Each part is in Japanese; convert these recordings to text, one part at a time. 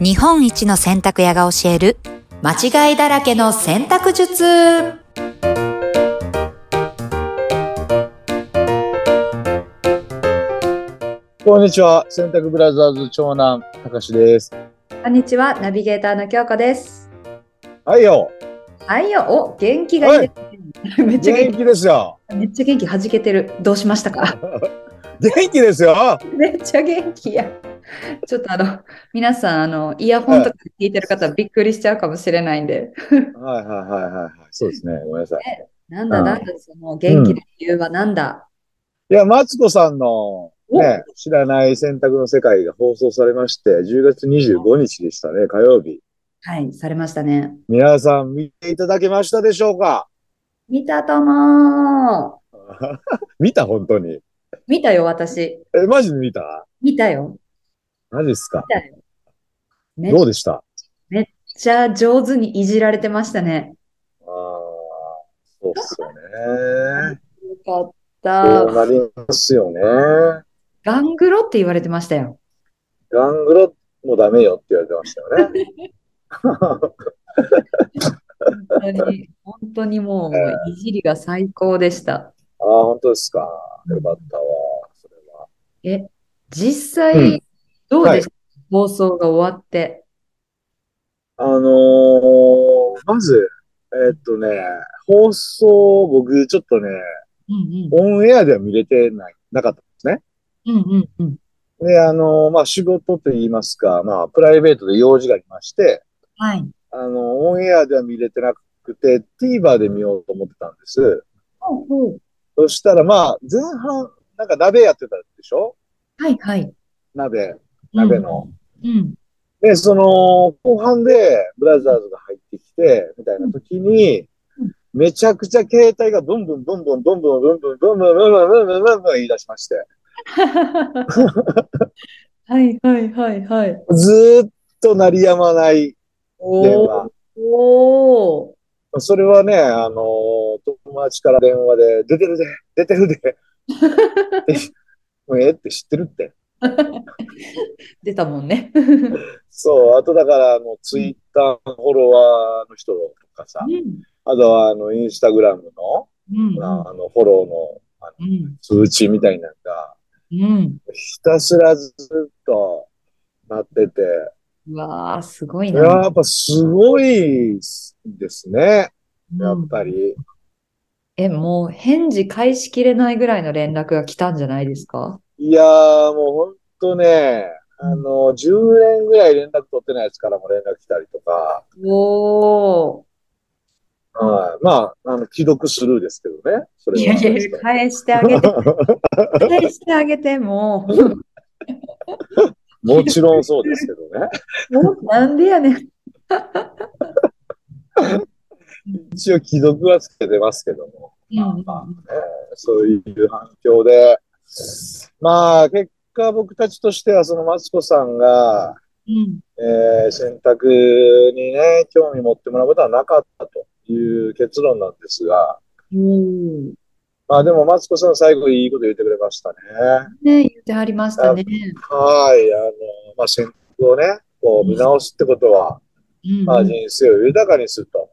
日本一の洗濯屋が教える間違いだらけの洗濯術こんにちは。洗濯ブラザーズ長男、たかしです。こんにちはナビゲーターの京子ですはいよ。はいよお元気がいいですねめっちゃ元元気ですよ。気めっちゃ元気はじけてるどうしましたか元気ですよ。めっちゃ元気やちょっとあの皆さんあのイヤホンとかで聞いてる方びっくりしちゃうかもしれないんではいはいはいはいはい。そうですね。ごめんなさい。なんだうんなんだその元気の理由はなんだ、いや、マツコさんの、ね、知らない洗濯の世界が放送されまして、10月25日でしたね、火曜日。はいされましたね皆さん見ていただけましたでしょうか 見たとも見た本当に。見たよ私え、マジで見た見たよマジですか見たよめっどうでしたちゃ上手にいじられてましたねああ、そうっすよね。よかっそたうなりますよね。ガングロって言われてましたよガングロもダメよって言われてましたよね。本当に本当にもういじりが最高でしたああ、本当ですか。よかったわ。それは。実際、うんどうでした、放送が終わってあのーまず、えーっとね、放送、僕、ちょっとね、うんオンエアでは見れてない、なかったんですね。うんうんうんうんで、あのーまあ、仕事と言いますか、まあ、プライベートで用事がありまして、はいあのオンエアでは見れてなくて、TVer で見ようと思ってたんです。そしたら、まあ、前半、なんか鍋やってたでしょはいはい鍋、鍋の。うんで、その、後半で、ブラザーズが入ってきて、みたいな時にうん、めちゃくちゃ携帯がブンブンブンブンブンブンブンブンブンブンブンブンブンブンブンブン言い出しまして、 はいはいはいはい。ずーっと鳴り止まない電お話。おー。それはね、あのー友達から電話で、出てるで、出てるで、ってもうええって知ってるって。出たもんね。そう、あとだから、あの、ツイッターのフォロワーの人とかさ、あとは、あの、インスタグラムの、うんあの、フォローの、あの、うん通知みたいなのが、うん。ひたすらずっとなってて、うわあ、すごいな。やっぱすごいですね、やうんっぱり。え、もう返事返しきれないぐらいの連絡が来たんじゃないですかいやー、もうほんとね、あの、10年ぐらい連絡取ってないやつからも連絡来たりとか、おお。はいまあ、あの、既読スルーですけどね、それいはやいや、返してあげて。返してあげてもう。 もちろんそうですけどね。もうなんでやねん。一応既読はつけてますけども。うんまあね、そういう反響で、まあ、結果僕たちとしては、そのマツコさんが、うん。えー選択にね、興味持ってもらうことはなかったという結論なんですが、うん。まあでもマツコさん最後いいこと言ってくれましたね。ね、言ってはりましたね。はい、あの、まあ選択をね、こう見直すってことは、うん。まあ人生を豊かにすると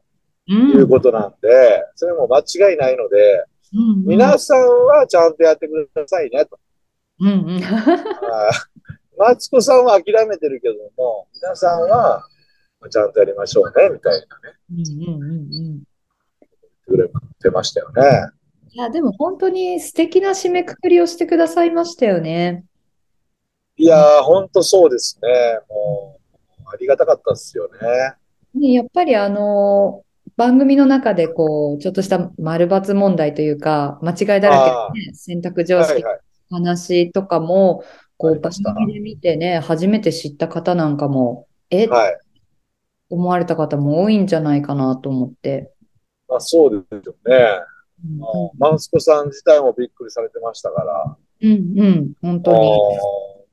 うんいうことなんで、それも間違いないので、うん皆さんはちゃんとやってくださいね、と。うんうん。はいマツコさんは諦めてるけども、皆さんはちゃんとやりましょうね、みたいなね、うんうんうんうん言ってくれてましたよね。いや、でも本当に素敵な締めくくりをしてくださいましたよね。いやー、ほんとそうですね。もう、ありがたかったですよね。ねやっぱりあの番組の中でこうちょっとした丸×問題というか間違いだらけで、ね、選択常は識いのはい。話とかもこあうりま番した組で見てね初めて知った方なんかもえっはい。思われた方も多いんじゃないかなと思って。まあ、そうですよね。うんあーマツコさん自体もびっくりされてましたから、うんうん、本当に。あー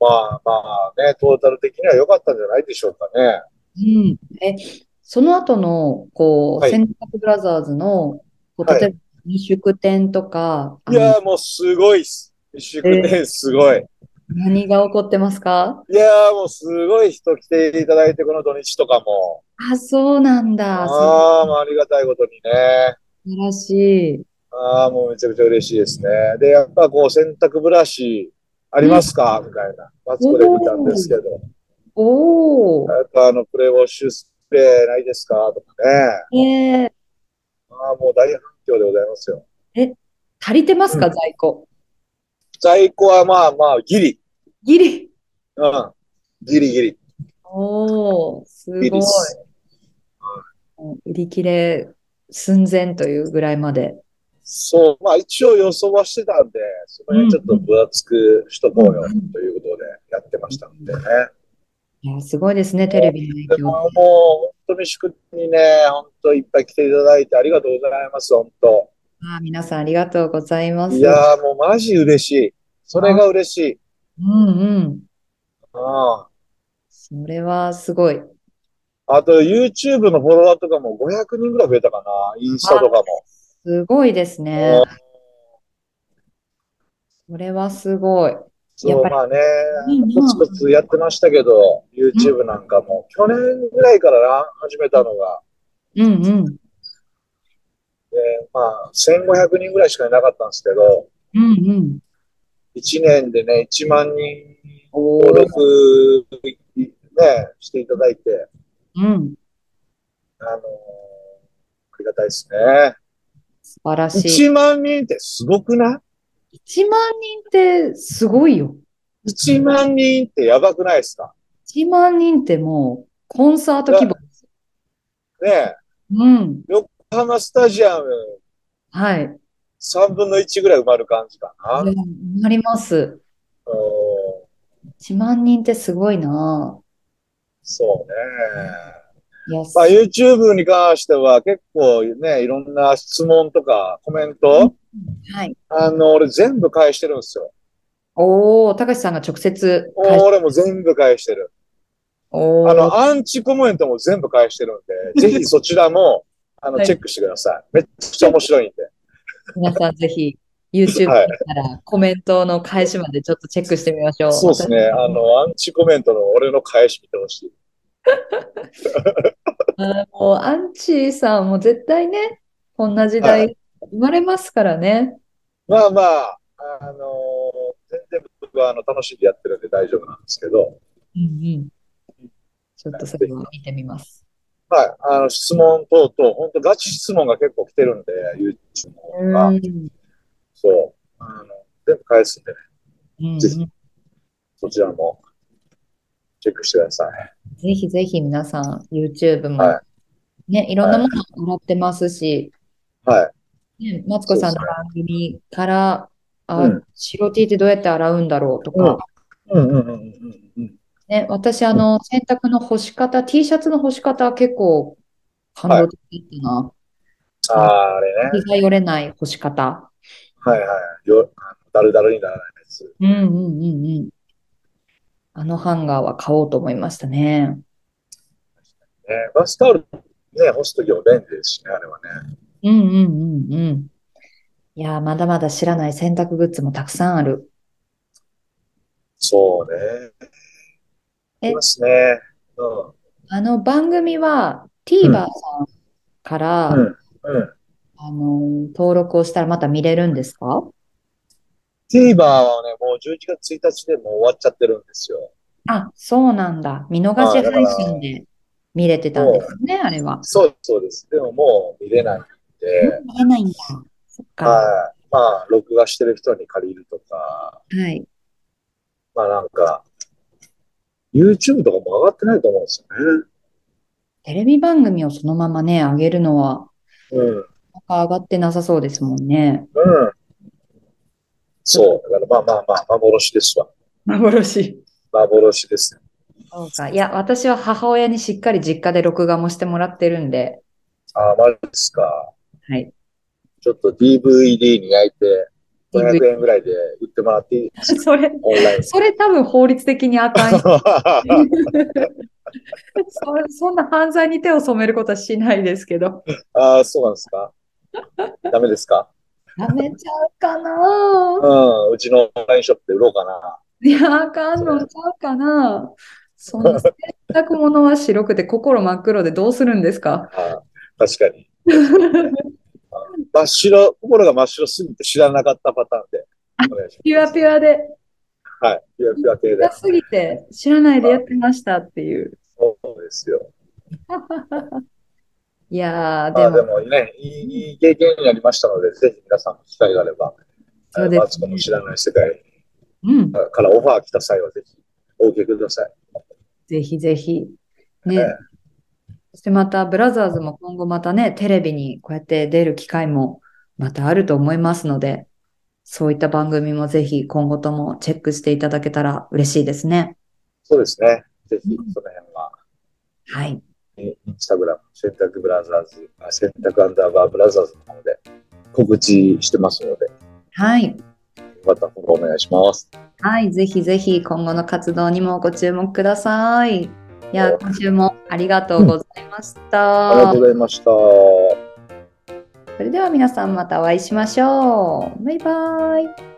まあまあね、トータル的には良かったんじゃないでしょうかね。うん、え、その後の、こう、はい洗濯ブラザーズの、こう、はい例えば、飲食店とか、あいのやー、もうすごいっす。一宿ね、すごい。何が起こってますかいやーもうすごい人来ていただいて、この土日とかも。あ、そうなんだ。素ああ、もうありがたいことにね。晴らしい。ああ、もうめちゃくちゃ嬉しいですね。で、やっぱこう洗濯ブラシありますかみたいな。マツコで見たんですけど。おー。やっぱあの、プレウォッシュスプレーないですかとかね。えー、ああ、もう大反響でございますよ。足りてますか、う在庫。在庫はまあまあ、ギリ。ギリ。うん。ギリギリ。おー、すごギいリっ。す売り切れ寸前というぐらいまで。そう。まあ一応予想はしてたんで、その辺ちょっと分厚くしとこうよということでやってましたんでね。いや、すごいですね、テレビの影で響。ももう本当に祝日にね、本当いっぱい来ていただいてありがとうございます、本当。ああ、皆さんありがとうございます。いやーもうマジ嬉しい。それが嬉しい。うんうん。うん。あそれはすごい。と YouTube のフォロワーとかも500人ぐらい増えたかな。インスタとかも。すごいですね。それはすごい。やそっう、ぱりまあね、うんうんコツコツやってましたけど、YouTube なんかも、去年ぐらいからな、始めたのが、うんうん。でまあ、1500人ぐらいしかいなかったんですけど、うんうん。 1年でね、1万人お登ー録、ね、していただいて、うん。あのーありがたいですね。素晴らしい。 1万人ってすごくない1万人ってすごいよ。 1万人ってやばくないですか1万人ってもう、コンサート規模。ねえ、うん。横浜スタジアムはい。い3分の1ぐらい埋まる感じかな。やうんなります。1万人ってすごいなそうね。いや、まあ、YouTube に関しては結構ね、いろんな質問とかコメント、はい。あの、俺全部返してるんですよ。おー、高橋さんが直接返し俺も全部返してる。おーあの、アンチコメントも全部返してるん で、ぜひそちらも、あはの、いチェックしてください。めっちゃ面白いんで。皆さんぜひ YouTube はいからコメントの返しまでちょっとチェックしてみましょう。そうですね。あの、アンチコメントの俺の返し見てほしい。あもうアンチさんも絶対ね、こんな時は代生まれますからね。まあまあ、あのー全然僕はあの楽しんでやってるんで大丈夫なんですけど、うんうん。ちょっとそれを見てみます。はい、あの質問等々、本当ガチ質問が結構来てるんで、YouTube うとか、ん。そう、あの、全部返すんでね、うんぜひそちらもチェックしてください。ぜひぜひ皆さん YouTube もはね、いろんなものをもらってますし、はい。ね、マツコさんのそう番組から、あ、うん白 T ってどうやって洗うんだろうとか、うんうんうんうんうんうん。ね、私、あの、洗濯の干し方、T シャツの干し方、結構感動的だったな。ああ、あれね。気がよれない干し方。はいはい。よ、あのだるだるにならないやつ。うんうんうんうん。あのハンガーは買おうと思いましたね。ね、バスタオル、ね、干すときも便利ですしね、あれはね。うんうんうんうん。いやー、まだまだ知らない洗濯グッズもたくさんある。そうね。えありますね。うん。あの番組は TVer さんから、うんうん。あの登録をしたらまた見れるんですか TVer はね、もう11月1日でもう終わっちゃってるんですよ。あ、そうなんだ。見逃し配信で見れてたんですね、あれは。そうです、そうです。でももう見れないんで、見えないんだ。そっか。はい。まあ、録画してる人に借りるとか、はい。まあなんか、YouTube とかも上がってないと思うんですテレビ番組をそのままね、上げるのは、よね。うん。なんか上がってなさそうですもんね。うん。そう。だからまあまあまあ、幻ですわ。幻。幻ですね。そうか。いや、私は母親にしっかり実家で録画もしてもらってるんで、ああ、マジですか。はい。ちょっと DVD に焼いて、500円ぐらいで売ってもらっていいですか それ、オンラインそれ多分法律的にあかん よそ。そんな犯罪に手を染めることはしないですけ ど。ああ、そうなんですか。ダメですか。やめちゃうかなうん、うちのオンラインショップで売ろうかな。いや、あかんのちゃうかな。そんな洗濯物は白くて心真っ黒でどうするんですかああ確かに。真っ白、心が真っ白すぎて知らなかったパターンで。お願いしますピュアピュアで、はい。ピュアピュア系で痛。すぎて知らないでやってましたっていう。そうですよ。いやー、まであでも、もね、いいいい経験になりましたので、ぜひ皆さんも機会があれば、そうですねマツコの知らない世界うん、からオファー来た際はぜひお受けください。ぜひぜひ。えねえ。そしてまた、ブラザーズも今後またね、テレビにこうやって出る機会もまたあると思いますので、そういった番組もぜひ今後ともチェックしていただけたら嬉しいですね。そうですね。ぜひうんその辺は、はい。インスタグラム、洗濯ブラザーズ、あ洗濯アンダーバーブラザーズなので、告知してますので、はい。またフォローお願いします。はい、ぜひぜひ今後の活動にもご注目ください。いや、今週もありがとうございましありがたとう。ございました。それでは皆さんまたお会いしましょう。バイバイ。